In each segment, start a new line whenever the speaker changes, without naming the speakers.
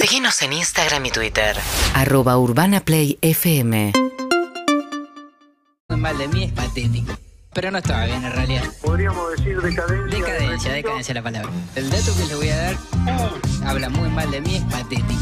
Seguinos en Instagram y Twitter.
Arroba Urbana Play FM.
mal de mí es patético. Pero no estaba bien en realidad.
podríamos decir decadencia.
Decadencia, decadencia la palabra. El dato que les voy a dar habla muy mal de mí, es patético.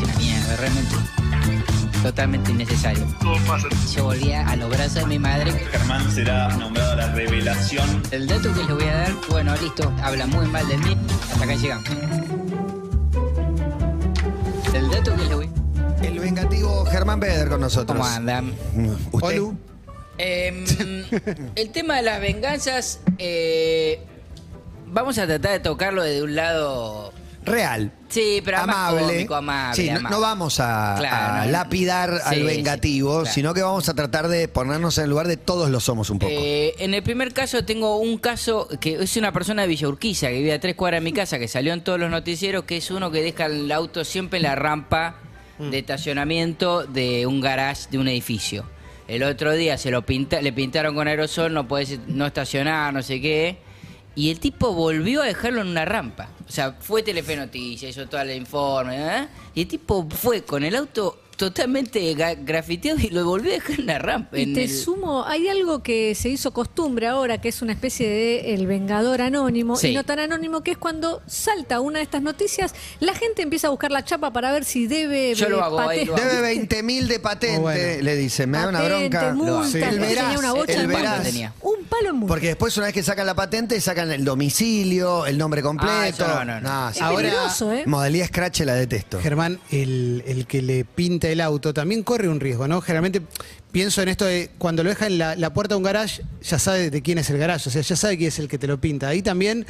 Que la mierda, realmente. Totalmente innecesario.
Todo pasa.
Yo volvía a los brazos de mi madre.
Germán será nombrado la revelación.
El dato que les voy a dar, bueno, listo, habla muy mal de mí. Hasta acá llegamos. El dato que les voy
El vengativo Germán Beder con nosotros. Mm,
¿Cómo andan?
¿Usted?
Olu.
Eh, el tema de las venganzas, eh, vamos a tratar de tocarlo desde un lado.
Real.
Sí, pero amable.
amable.
amable,
Sí, no-
amable.
no, vamos a,
Claro,
a
no-
lapidar
Sí,
al
sí,
vengativo,
claro.
sino que vamos a tratar de ponernos en el lugar de todos los somos un poco.
Eh, en el primer caso tengo un caso que es una persona de Villa Urquiza que vive a tres cuadras de mi casa, que salió en todos los noticieros, que es uno que deja el auto siempre en la rampa
Mm.
de estacionamiento de un garage de un edificio. El otro día se lo pinta, le pintaron con aerosol, no podés no estacionar, no sé qué. Y el tipo volvió a dejarlo en una rampa. O sea, fue Telefe Noticias, hizo todo el informe, ¿eh? Y el tipo fue con el auto totalmente ga- grafiteado y lo volvió a dejar en la rampa.
Y
en
te
el-
sumo, hay algo que se hizo costumbre ahora, que es una especie de el vengador anónimo,
Sí.
y no tan anónimo, que es cuando salta una de estas noticias, la gente empieza a buscar la chapa para ver si debe... eh,
Yo lo hago, ahí
paten-
lo hago.
Debe 20 mil de patente,
Muy bueno.
le dice. Me da una
patente,
bronca.
multa,
Sí.
El
yo
verás,
tenía una bocha
el
en
verás.
multas.
Tenía.
Un palo en multas.
Porque después, una vez que sacan la patente, sacan el domicilio, el nombre
Ah, eso
completo.
no, no, no.
Es
ahora,
peligroso, ¿eh?
modelía Scratch la detesto.
Germán, el, el que le pinta el auto también corre un riesgo, ¿no? Generalmente pienso en esto de cuando lo deja en la, la puerta de un garage, ya sabe de quién es el garage, o sea, ya sabe quién es el que te lo pinta. Ahí también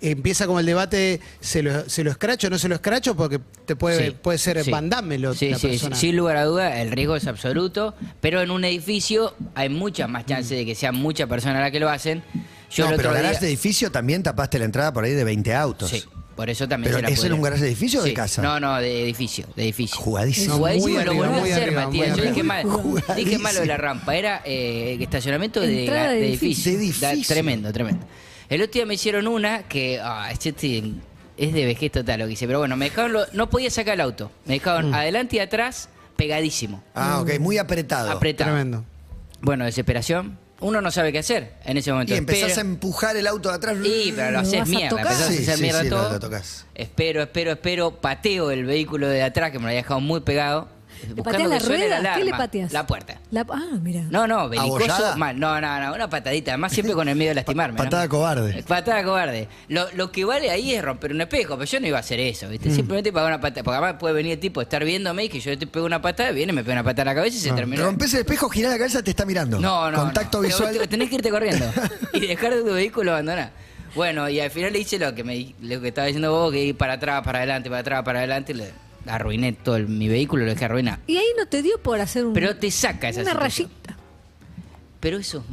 empieza como el debate, de, ¿se lo, se lo escracho o no se lo escracho? Porque te puede,
Sí,
puede ser
sí.
bandámelo
Sí,
la
sí,
persona.
sí, sin lugar a duda, el riesgo es absoluto, pero en un edificio hay muchas más chances de que sea mucha persona la que lo hacen. Yo
no,
el
pero
otro día-
garage de edificio también tapaste la entrada por ahí de 20 autos.
Sí, por eso también
Pero
se la
¿es en
pudieron.
un garage de edificio o de
Sí.
casa?
No, no, de edificio, de edificio.
Jugadísimo.
Jugadísimo,
Muy
lo
arriba,
volvió a
muy
hacer,
arriba,
Matías.
muy
Yo dije
arriba.
mal, dije malo de la rampa. Era eh, estacionamiento de,
Entrada de
de
edificio.
edificio.
De edificio.
Da- tremendo, tremendo. El otro día me hicieron una que ah, es- este- es de vejez total lo que hice. Pero bueno, me dejaron, lo- no podía sacar el auto. Me dejaron
Mm.
adelante y atrás pegadísimo.
Ah, ok, muy apretado.
Mm. Apretado.
Tremendo.
Bueno, desesperación. Uno no sabe qué hacer en ese momento.
y empezás
Espero-
a empujar el auto de atrás.
Sí, pero lo
Lo
haces
vas a
mierda,
tocar.
empezás a
Sí,
hacer
sí,
mierda
sí, lo-
todo.
lo tocas.
Espero, espero, espero, pateo el vehículo de atrás que me lo había dejado muy pegado.
¿Le
buscando
pateas la
que suene
rueda?
la
¿Qué le
alarma,
pateas?
La puerta.
La- ah, mira.
No, no, belicoso
¿Abollada?
mal. No, no, no, una patadita, además siempre con el miedo de lastimarme. ¿no?
Patada cobarde.
Patada cobarde. Lo, lo que vale ahí es romper un espejo, pero yo no iba a hacer eso, ¿viste?
Mm.
Simplemente pagar una patada. Porque además puede venir el tipo, estar viéndome y que yo te pego una patada, viene, me pega una patada en la cabeza y se terminó.
Rompes Ah. el espejo, girás la cabeza, te está mirando.
No, no.
Contacto
no.
visual.
Te- te- tenés que irte corriendo y dejar tu vehículo abandonado. Bueno, y al final le hice lo que me lo que estaba diciendo vos, que ir para atrás, para adelante, para atrás, para adelante, y le arruiné todo el- mi vehículo, lo dejé arruinar.
Y ahí no te dio por hacer un,
Pero te saca esa
una
situación.
rayita.
Pero eso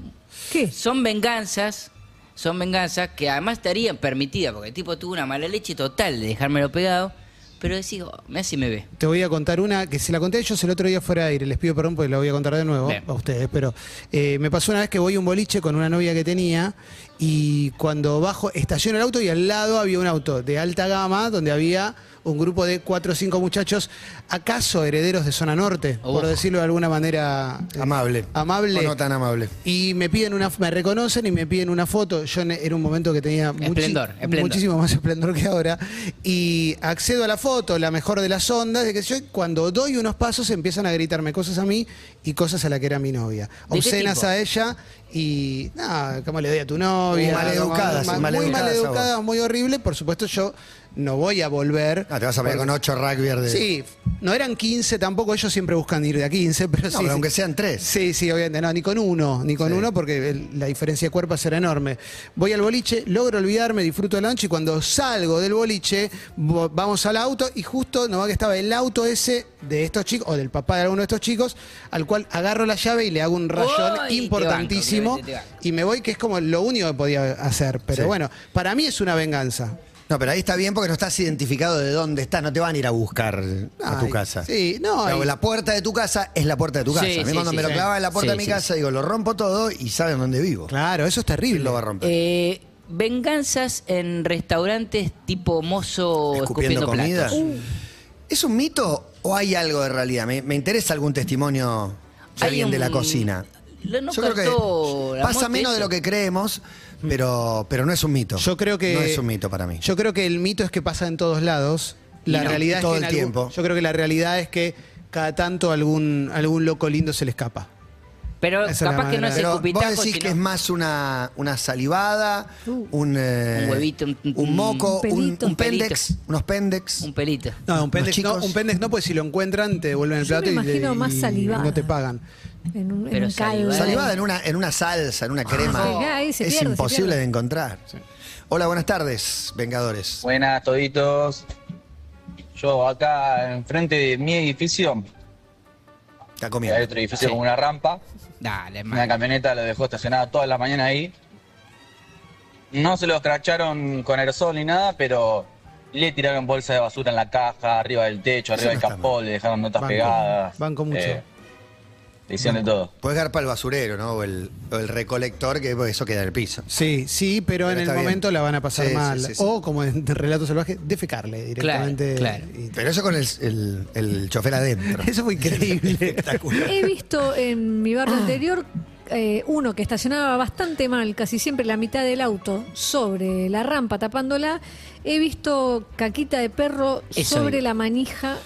¿Qué?
son venganzas, son venganzas que además estarían permitidas, porque el tipo tuvo una mala leche total de dejármelo pegado, pero decís, oh, me hace y me ve.
Te voy a contar una que se la conté a ellos el otro día fuera de aire. Les pido perdón porque la voy a contar de nuevo
Bien.
a ustedes. Pero eh, me pasó una vez que voy a un boliche con una novia que tenía y cuando bajo, estaciono el auto y al lado había un auto de alta gama donde había un grupo de cuatro o cinco muchachos, acaso herederos de zona norte, por
Ojo.
decirlo de alguna manera eh,
Amable.
Amable.
O no tan amable.
Y me piden una, me reconocen y me piden una foto. Yo en, en un momento que tenía muchi-
Esplendor, esplendor.
muchísimo más esplendor que ahora. Y accedo a la foto, la mejor de las ondas, de que yo cuando doy unos pasos empiezan a gritarme cosas a mí y cosas a la que era mi novia.
¿De qué
Obscenas
tipo?
a ella y nada, ¿cómo le doy a tu novia?
Maleducadas,
Como-
maleducadas
muy
a vos.
maleducadas, muy horrible. Por supuesto, yo no voy a volver.
Ah, te vas a pelear con ocho rugbyers de.
Sí, no eran 15 tampoco, ellos siempre buscan ir de a 15, pero
No,
sí,
pero
sí.
aunque sean tres.
Sí, sí, obviamente, no, ni con uno, ni con
Sí.
uno porque el- la diferencia de cuerpos era enorme. Voy al boliche, logro olvidarme, disfruto de la noche y cuando salgo del boliche vo- vamos al auto y justo no va que estaba el auto ese de estos chicos o del papá de alguno de estos chicos al cual agarro la llave y le hago un rayón
Uy,
importantísimo
te banco, te banco.
y me voy que es como lo único que podía hacer, pero
Sí.
bueno, para mí es una venganza.
No, pero ahí está bien porque no estás identificado de dónde estás. No te van a ir a buscar a tu
Ay,
casa.
sí, no,
Pero
y-
la puerta de tu casa es la puerta de tu casa.
Sí,
a mí
sí,
cuando
sí,
me lo
sí.
clavan en la
Sí,
puerta de mi
sí,
casa, digo, lo rompo todo y saben dónde vivo.
Claro, eso es terrible.
¿Quién lo va a romper?
Eh, venganzas en restaurantes tipo mozo
Escupiendo
escupiendo, platos.
comidas. ¿Es un mito o hay algo de realidad? Me, me interesa algún testimonio de
Hay
alguien de la
un-
cocina.
Lo- no captó la
pasa
muerte
menos de
eso.
lo que creemos, pero, pero no es un mito.
Yo creo que.
No es un mito para mí.
Yo creo que el mito es que pasa en todos lados. La
Y no,
realidad
todo
es que en
el
algún-
tiempo.
Yo creo que la realidad es que cada tanto algún, algún loco lindo se le escapa.
Pero
Esa es la
capaz que no
manera.
es
pero vos
escupitajo,
decís
sino Uh.
que es más una, una salivada, un, eh,
Un huevito, un- un-
un moco,
un
un,
pelito.
un pendex, unos pendex.
un pelito.
No, un pendex, no,
chicos-
un pendex no, pues si lo encuentran te devuelven el
Yo me
plato y, le-
imagino más
y
salivada.
no te pagan.
En un, en
Pero
un caldo.
salivada.
Salivada en una, en una
Ah.
salsa, en una crema.
Sí, ahí se
es
pierde, se
imposible
pierde.
de encontrar. Hola, buenas tardes, Vengadores.
Buenas toditos. Yo acá enfrente de mi edificio,
Está
que
comiendo.
hay otro edificio
Sí.
con una rampa,
Dale, hermano.
una camioneta lo dejó estacionada toda la mañana ahí. No se lo escracharon con aerosol ni nada, pero le tiraron bolsa de basura en la caja, arriba del techo,
Eso
arriba
no
del
está mal.
capó, le dejaron notas
Banco-
pegadas. eh,
banco mucho.
le hicieron de todo.
Puedes dar para el basurero, ¿no? O el, o el recolector, que eso queda en el piso.
Sí, sí, pero,
Pero
en el
está bien.
momento la van a pasar
Sí, sí,
mal.
sí, sí.
O como en Relato Salvaje, defecarle directamente.
claro.
Y-
Pero eso con el, el- el chofer adentro.
Eso fue increíble.
Espectacular.
He visto en mi barrio anterior eh, uno que estacionaba bastante mal, casi siempre la mitad del auto sobre la rampa tapándola. He visto caquita de perro
Eso
sobre
iba.
la manija,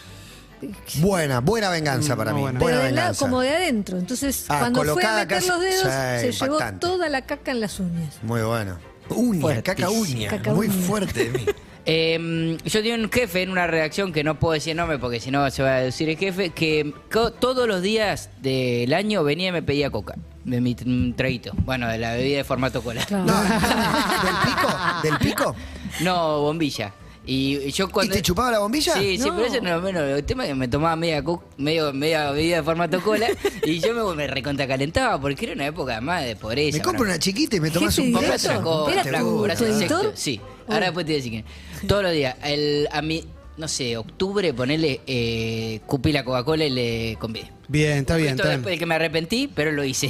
Buena, buena venganza para
Muy
mí.
buena.
Buena,
pero del lado,
venganza.
como de adentro. Entonces,
Ah,
cuando fue a
colocada
meter
casi-
los dedos,
sí,
se llevó
impactante.
toda la caca en las uñas.
Muy bueno. Uña, caca uña.
Caca
muy
uña.
fuerte de mí.
Eh, yo tenía un jefe en una redacción que no puedo decir nombre porque si no se va a decir el jefe, que co- todos los días del año venía y me pedía coca, de mi tr- un traguito, bueno, de la bebida de formato cola.
Claro.
No, ¿Del pico? ¿Del pico?
No, bombilla. Y yo cuando...
¿Y te chupaba la bombilla?
Sí, sí,
No.
pero eso no, bueno, el tema es que me tomaba media, co- medio, media bebida de formato cola y yo me, me recontracalentaba porque era una época más de pobreza.
Me compro
para
una chiquita y me tomas
Jefe
un
directo.
papazo.
Otra cosa,
¿Era
otra
tu-
cosa,
tu
sexto,
editor?
Sí, ahora
Oh.
después te voy a decir quién. Todos los días, el- a mi, no sé, octubre, ponele, eh, cupí la Coca-Cola y le convidé.
Bien, está bien.
Esto
está
después
bien.
de que me arrepentí, pero lo hice.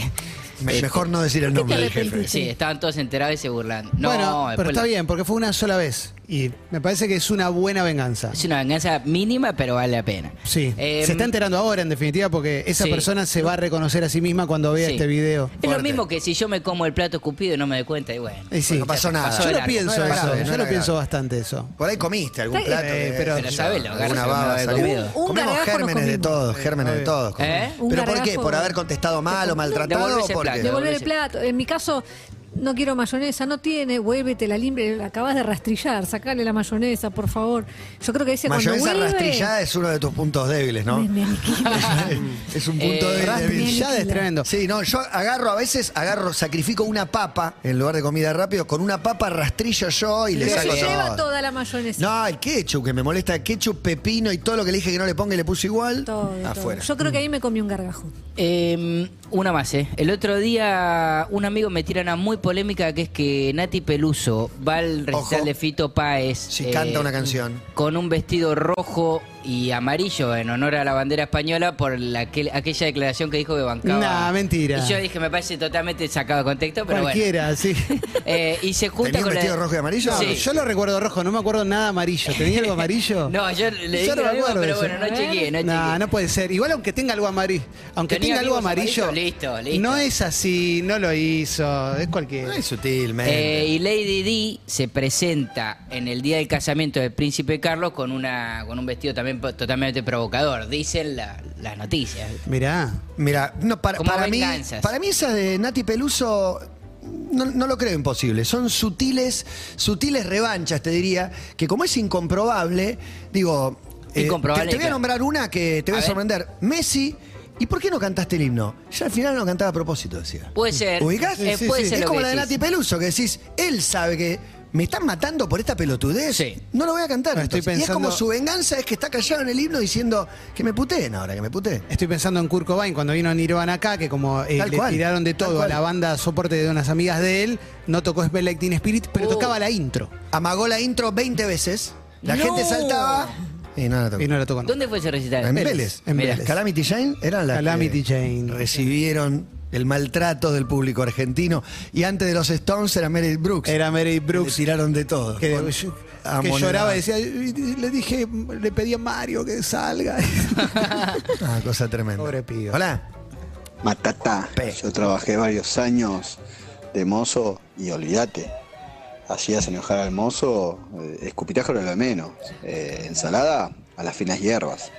Me- mejor no decir el
¿Por qué
nombre
te
del jefe.
arrepentiste?
Sí, estaban todos enterados y se burlan. No,
bueno, pero
después
está
lo-
bien, porque fue una sola vez. Y me parece que es una buena venganza.
Es una venganza mínima, pero vale la pena.
Sí.
Em,
se está enterando ahora, en definitiva, porque esa
sí.
persona se va a reconocer a sí misma cuando vea
Sí.
este video.
Es lo
Fuerte.
mismo que si yo me como el plato escupido y no me doy cuenta, y bueno.
Y sí.
No pasó nada.
Pasó
Yo
de
lo
largo.
pienso
No era
eso,
grave, no
yo
era
lo pienso
grave.
bastante eso.
Por ahí comiste algún
Sí,
plato.
eh,
que-
pero-
que-
Pero
sabelo,
alguna
garzo, me lo
baba,
he
algo.
comido.
Un
Comemos
gargajo nos
gérmenes de
comimos.
todos, gérmenes de
obvio.
¿Eh?
todos. comimos.
Un
¿Pero por qué?
gargajo.
¿Por haber contestado mal o maltratado?
Devolvés
o
el
por qué?
plato.
Devolver el
Devolvese.
plato. En mi caso, no quiero mayonesa, no tiene, vuélvete la libre, la acabas de rastrillar, sacale la mayonesa, por favor. Yo creo que ese cuando
Mayonesa
vuelve,
rastrillada es uno de tus puntos débiles, ¿no?
me- me aniquila.
es un punto
Eh,
débil. de mí.
Rastrillada es tremendo.
Sí, no, yo agarro, a veces agarro, sacrifico una papa en lugar de comida rápido, con una papa rastrillo yo y le
Pero
saco
se lleva
todo.
toda la mayonesa.
No, el ketchup, que me molesta, ketchup, pepino y todo lo que le dije que no le ponga y le puse igual.
Todo, todo.
afuera.
Yo creo que ahí me comí un gargajo.
Eh, una más, ¿eh? El otro día un amigo me tira una muy polémica que es que Nati Peluso va al recital
Ojo.
de Fito Páez.
Si
eh,
canta una canción.
Con un vestido rojo y amarillo en honor a la bandera española por la aquel- aquella declaración que dijo que bancaba.
Nah, mentira.
Y yo dije, me parece totalmente sacado de contexto, pero
Cualquiera, sí.
bueno. Eh, y se junta
¿Tenía un
con la-
vestido rojo y amarillo?
No,
Sí.
Yo lo recuerdo rojo, no me acuerdo nada amarillo. ¿Tenía algo amarillo?
No, yo le dije
Yo no me
lo mismo,
acuerdo
pero
eso.
bueno, no
Eh,
chequeé, no
Nah,
chequeé.
no puede ser. Igual aunque tenga algo amarillo, aunque
Tenía
tenga algo
amigos
amarillo,
amarillos, listo, listo.
no es así, no lo hizo, es cualquier.
Ay, sutilmente.
Eh, y Lady D se presenta en el día del casamiento del príncipe Carlos con una con un vestido también po- totalmente provocador, dicen la- las noticias.
Mirá,
Mira, no, para,
Como
para mí,
venganzas.
para mí esas de Nati Peluso no, no lo creo imposible. Son sutiles, sutiles revanchas, te diría, que como es incomprobable, digo, te-
Incomprobable,
te, voy a
claro.
nombrar una que te va
A
a,
ver.
sorprender. Messi, ¿y por qué no cantaste el himno? Ya al final no cantaba a propósito, decía.
Puede ser.
¿Ubicás?
Eh,
Sí, sí,
puede
sí.
ser
es
lo
como
que
la de
decís.
Nati Peluso, que decís, él sabe que me están matando por esta pelotudez.
Sí.
No lo voy a cantar.
No, estoy
entonces. Y es
pensando-
como su venganza es que está callado en el himno diciendo que me puteen ahora, que me puteen.
estoy pensando en Kurt Cobain cuando vino Nirvana acá, que como eh,
Tal
le
cual,
tiraron de
tal
todo a
cual.
la banda soporte de unas amigas de él, no tocó Spell Like Teen Spirit, pero
Oh.
tocaba la intro.
amagó la intro 20 veces, la
No.
gente saltaba y no la tocó.
Y no la tocó. nunca.
¿Dónde fue ese recital?
En Vélez.
En
Mirá.
Vélez.
Calamity Jane era la
Calamity
que
Jane.
recibieron del maltrato del público argentino. Y antes de los Stones era Meredith Brooks.
Era Mary Brooks.
Le tiraron de todo.
que,
Con-
yo-
a
que
Monedal.
lloraba y decía, le dije, le pedí a Mario que salga.
Una cosa tremenda.
Pobre pibe.
Hola.
Matata,
Pe.
yo trabajé varios años de mozo y olvídate. Hacías enojar al mozo, eh, escupitajo era lo menos. eh, ensalada a las finas hierbas.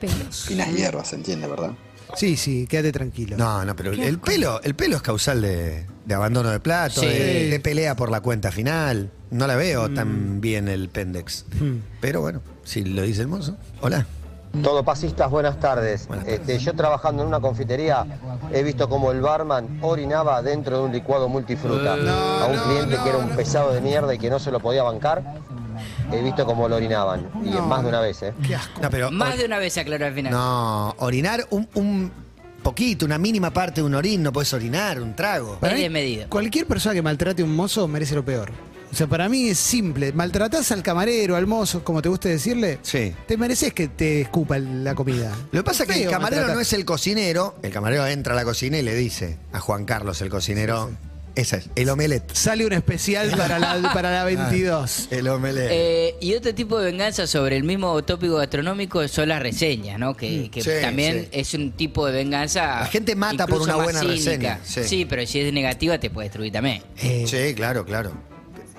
Pelos.
Finas hierbas, ¿se entiende, verdad?
Sí, sí, quédate tranquilo.
No, no, pero el pelo, el pelo es causal de, de abandono de plato,
Sí.
de, de pelea por la cuenta final. No la veo tan bien el pendex. Pero bueno, si lo dice el mozo. Hola.
Todo pasistas, buenas tardes.
Buenas
Este, yo trabajando en una confitería he visto como el barman orinaba dentro de un licuado multifruta. a un cliente que era un pesado de mierda y que no se lo podía bancar, he visto como lo orinaban. Y más de una vez, ¿eh?
Qué asco. No, pero
Más de una vez se aclaró al final.
No, orinar un, un poquito, una mínima parte de un orín, no puedes orinar, un trago.
Es desmedido.
Cualquier persona que maltrate a un mozo merece lo peor. O sea, para mí es simple. Maltratás al camarero, al mozo, como te guste decirle.
Sí.
Te mereces que te escupa la comida.
Lo que pasa es que el
Feo
camarero
maltratar.
no es el cocinero. El camarero entra a la cocina y le dice a Juan Carlos, el cocinero, esa es, el omelette.
Sale un especial para la, para la 22.
El omelette.
Eh, y otro tipo de venganza sobre el mismo tópico gastronómico son las reseñas, ¿no? Que, que
Mm. sí,
también
sí.
es un tipo de venganza.
La gente mata por
incluso
una
más
buena
cínica.
reseña, sí.
pero si es negativa te puede destruir también.
Eh,
sí, claro, claro.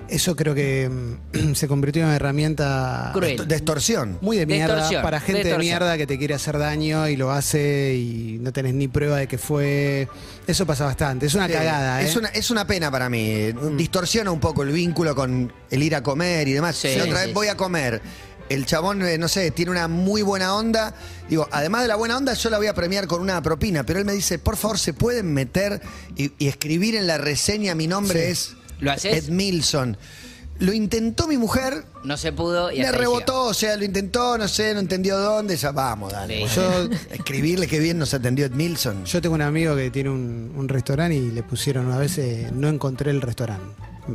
Eso creo que mm, se convirtió en una herramienta
Cruel.
De extorsión.
muy de mierda
Distorsión,
para gente de
distorsión.
mierda que te quiere hacer daño y lo hace y no tenés ni prueba de que fue. Eso pasa bastante. Es una
Sí,
cagada, ¿eh?
Es una, es una pena para mí.
Mm.
Distorsiona un poco el vínculo con el ir a comer y demás.
Sí,
Si otra
sí,
vez voy
sí.
a comer. El chabón, eh, no sé, tiene una muy buena onda. Digo, además de la buena onda, yo la voy a premiar con una propina. Pero él me dice, por favor, ¿se pueden meter y, y escribir en la reseña mi nombre es
¿Lo haces?
Ed Milson? Lo intentó mi mujer,
No se pudo y
me
hasta ahí
rebotó, o sea, lo intentó, no sé, no entendió dónde. Ya vamos, dale.
Sí.
boludo. Escribirle que bien nos atendió Ed Milson.
Yo tengo un amigo que tiene un, un restaurante y le pusieron una vez, eh, no encontré el restaurante. Mm.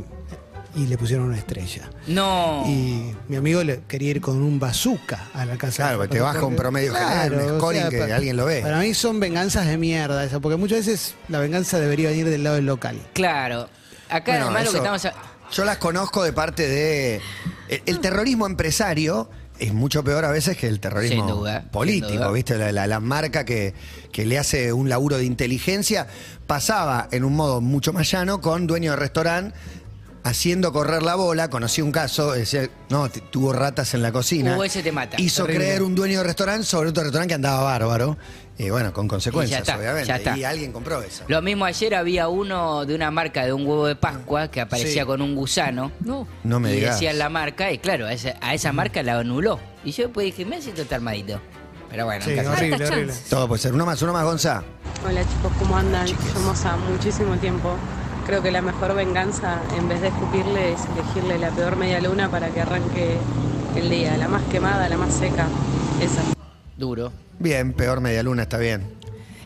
Y le pusieron una estrella.
llegamos. No.
Y mi amigo le quería ir con un bazooka a la casa.
Claro,
de-
te baja un promedio general, un
o
scoring que
pa-
alguien lo ve.
Para mí son venganzas de mierda esa, porque muchas veces la venganza debería venir del lado del local.
Claro. Acá
Bueno,
además lo que
eso-
estamos... a-
Yo las conozco de parte de. El, el terrorismo empresario es mucho peor a veces que el terrorismo
Sin duda, sin
político,
duda.
¿viste? La, la- la marca que, que le hace un laburo de inteligencia pasaba en un modo mucho más llano con dueño de restaurante. Haciendo correr la bola, conocí un caso, decía, no, t- tuvo ratas en la cocina.
Uh, ese te mata.
Hizo
Terrible.
creer un dueño de restaurante sobre otro restaurante que andaba bárbaro. Y bueno, con consecuencias,
está,
obviamente.
ya está.
Y alguien compró eso.
Lo mismo ayer había uno de una marca de un huevo de Pascua que aparecía
Sí.
con un gusano.
No.
No me
y
digas.
decían la marca, y claro, a esa, a esa marca la anuló. Y yo después dije, me siento está armadito. Pero bueno,
Sí,
nunca se sabe.
horrible,
Altas
horrible.
chances.
Todo puede ser. Uno más, uno más, Gonza.
Hola chicos, ¿cómo andan? Somos a muchísimo tiempo. Creo que la mejor venganza, en vez de escupirle, es elegirle la peor media luna para que arranque el día. La más quemada, la más seca. Esa.
duro.
Bien, peor media luna, está bien.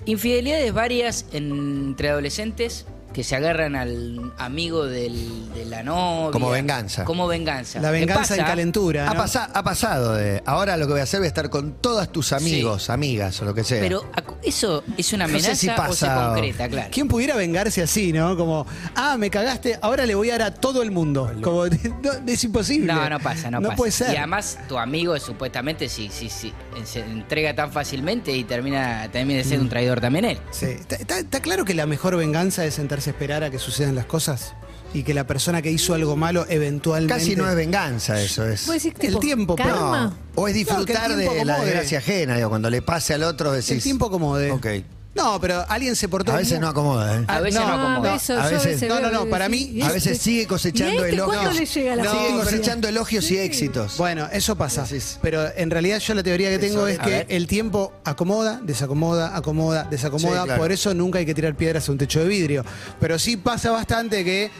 Infidelidades varias entre adolescentes que se agarran al amigo del- de la novia.
Como venganza.
Como venganza.
La
¿Qué
venganza en
pasa?
calentura.
Ha,
¿no?
pasa- ha pasado de. Ahora lo que voy a hacer voy a estar con todas tus amigos, amigas o lo que sea.
Pero acu- eso es una
No sé
amenaza
si
o se
pasa o-
concreta, claro.
¿Quién pudiera vengarse así, no? Como, ah, me cagaste, ahora le voy a dar a todo el mundo. Como, no, es imposible.
No, no pasa, no, pasa.
No puede ser.
Y además, tu amigo supuestamente si, si, si se entrega tan fácilmente y termina también de ser un traidor también él.
Sí. ¿Está, está- está claro que la mejor venganza es sentarse a esperar a que sucedan las cosas? Y que la persona que hizo algo malo eventualmente...
Casi no es venganza eso, es.
Puede decir,
El
tipo,
tiempo, pero-
karma.
No, O es disfrutar
No, que el
de
tiempo
la
acomode.
desgracia ajena, digo, cuando le pase al otro decís.
El tiempo acomode.
Ok.
No, pero alguien se portó...
A veces
mu-
no acomoda, ¿eh?
A veces no,
Ah,
acomoda.
eso,
A
yo
veces-
no,
veo
no, no,
que
para
decís,
mí-
¿y
A
este-
veces sigue
¿Y a
cosechando
este
elogios.
¿Cuándo le llega la
No,
sigue
felicidad?
cosechando elogios y éxitos.
Bueno, eso pasa.
Decís.
Pero en realidad yo la teoría que tengo es
A
que
ver.
el tiempo acomoda, desacomoda, acomoda, desacomoda.
Sí, claro.
Por eso nunca hay que tirar piedras a un techo de vidrio. Pero sí pasa bastante que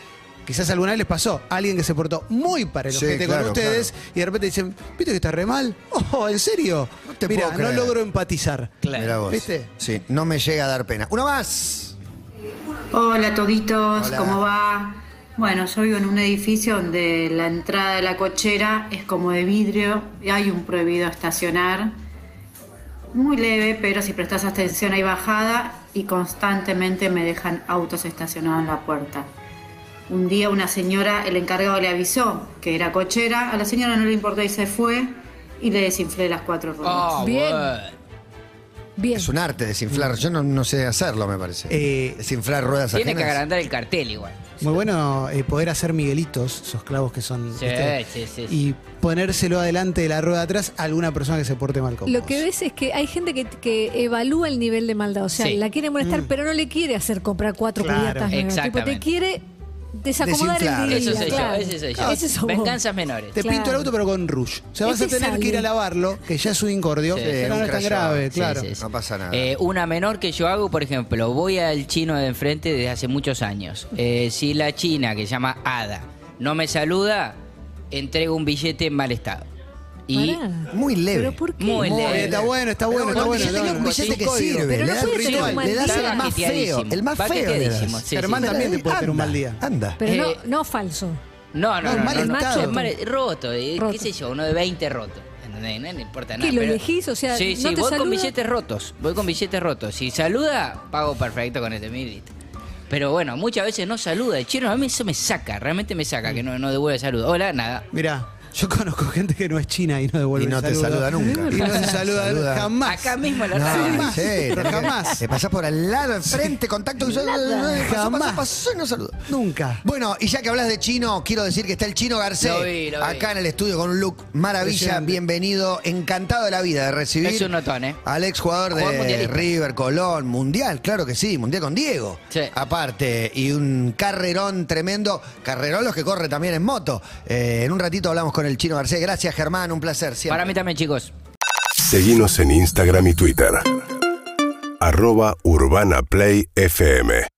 quizás alguna vez les pasó a alguien que se portó muy para el
Sí,
ojete
claro,
con ustedes y de repente dicen, ¿viste que está re mal? Oh, ¿en serio?
No te
Mira,
puedo
no
creer.
logro empatizar.
Claro.
Mirá vos.
¿Viste?
Sí, no me llega a dar pena. Uno más.
Hola toditos,
Hola.
¿cómo va? Bueno, yo vivo en un edificio donde la entrada de la cochera es como de vidrio, y hay un prohibido estacionar, muy leve, pero si prestas atención hay bajada
y constantemente me dejan autos estacionados en la puerta. Un día una señora, el encargado le avisó que era cochera, a la señora no le importó y se fue y le desinflé las cuatro ruedas.
Oh,
Bien. Es un arte desinflar. Yo no, no sé hacerlo, me parece.
Eh,
desinflar ruedas
Tiene que
ajenas.
agrandar el cartel igual.
Muy bueno eh, poder hacer miguelitos, esos clavos que son.
Sí,
¿viste?
sí, sí, sí.
Y ponérselo adelante de la rueda de atrás a alguna persona que se porte mal con
Lo
vos.
que ves es que hay gente que, que evalúa el nivel de maldad. O sea,
Sí.
la quiere molestar,
Mm.
pero no le quiere hacer comprar cuatro
Claro.
cubiertas nuevas. Tipo, te
Exactamente.
quiere desacomodar el día.
Eso soy
claro.
yo, ese soy yo.
Claro, ese sos vos.
Venganzas menores.
Te pinto el auto, pero con Rush. O sea, vas a
Ese
tener
sale.
que ir a lavarlo, que ya es un incordio,
Sí,
pero
un
no es tan
crayón.
grave,
Sí,
claro.
sí, sí.
No pasa nada.
Eh, una menor que yo hago, por ejemplo, voy al chino de enfrente desde hace muchos años. Eh, si la china, que se llama Ada, no me saluda, entrego un billete en mal estado. Y
Muy leve. ¿Pero por
qué? Muy leve.
Está bueno, está bueno, está
un
bueno.
billete,
está
un
bueno.
billete que
Código.
sirve. le das
puede ser
ritual,
un
le das
maldito.
el más feo. El más feo le das.
Germán también te puede tener un mal día.
Anda.
Pero
Eh,
no, no falso.
No,
No,
no, no.
mal
no, no.
estado.
Es mal- roto, eh,
Roto.
qué sé yo, uno de 20 roto. ¿entendés? No, le importa nada.
¿Qué, lo
pero-
elegís? O sea,
sí, sí,
¿no te
voy
saluda?
con billetes rotos. Voy con billetes rotos. Si saluda, pago perfecto con el de mil. Pero bueno, muchas veces no saluda. El chino a mí eso me saca, realmente me saca,
Mm.
que no, no devuelve saludo. Hola, nada.
Mirá, yo conozco gente que no es china y no devuelve
Y no
el
te
saludo.
saluda nunca.
Y no se saluda,
Saluda.
jamás.
Acá mismo en la
No,
radio.
sí, tenés que-
jamás.
Te pasás por al lado, enfrente, contacto que yo. Pasó, pasó,
Jamás.
pasó y no saludo.
Nunca.
Bueno, y ya que hablas de chino, quiero decir que está el chino Garcés
Lo vi, lo vi.
acá en el estudio con un look maravilla.
Impresionante.
Bienvenido, encantado de la vida de recibir
Es un notón, ¿eh?
al ex jugador
Jugador
de
mundialista.
River, Colón, Mundial, claro que sí, Mundial con Diego.
Sí.
Aparte, y un carrerón tremendo, carrerón los que corre también en moto. Eh, en un ratito hablamos con el chino Garcés. Gracias, Germán, un placer siempre.
Para mí también, chicos.
Seguimos en Instagram y Twitter. Arroba Urbana Play FM.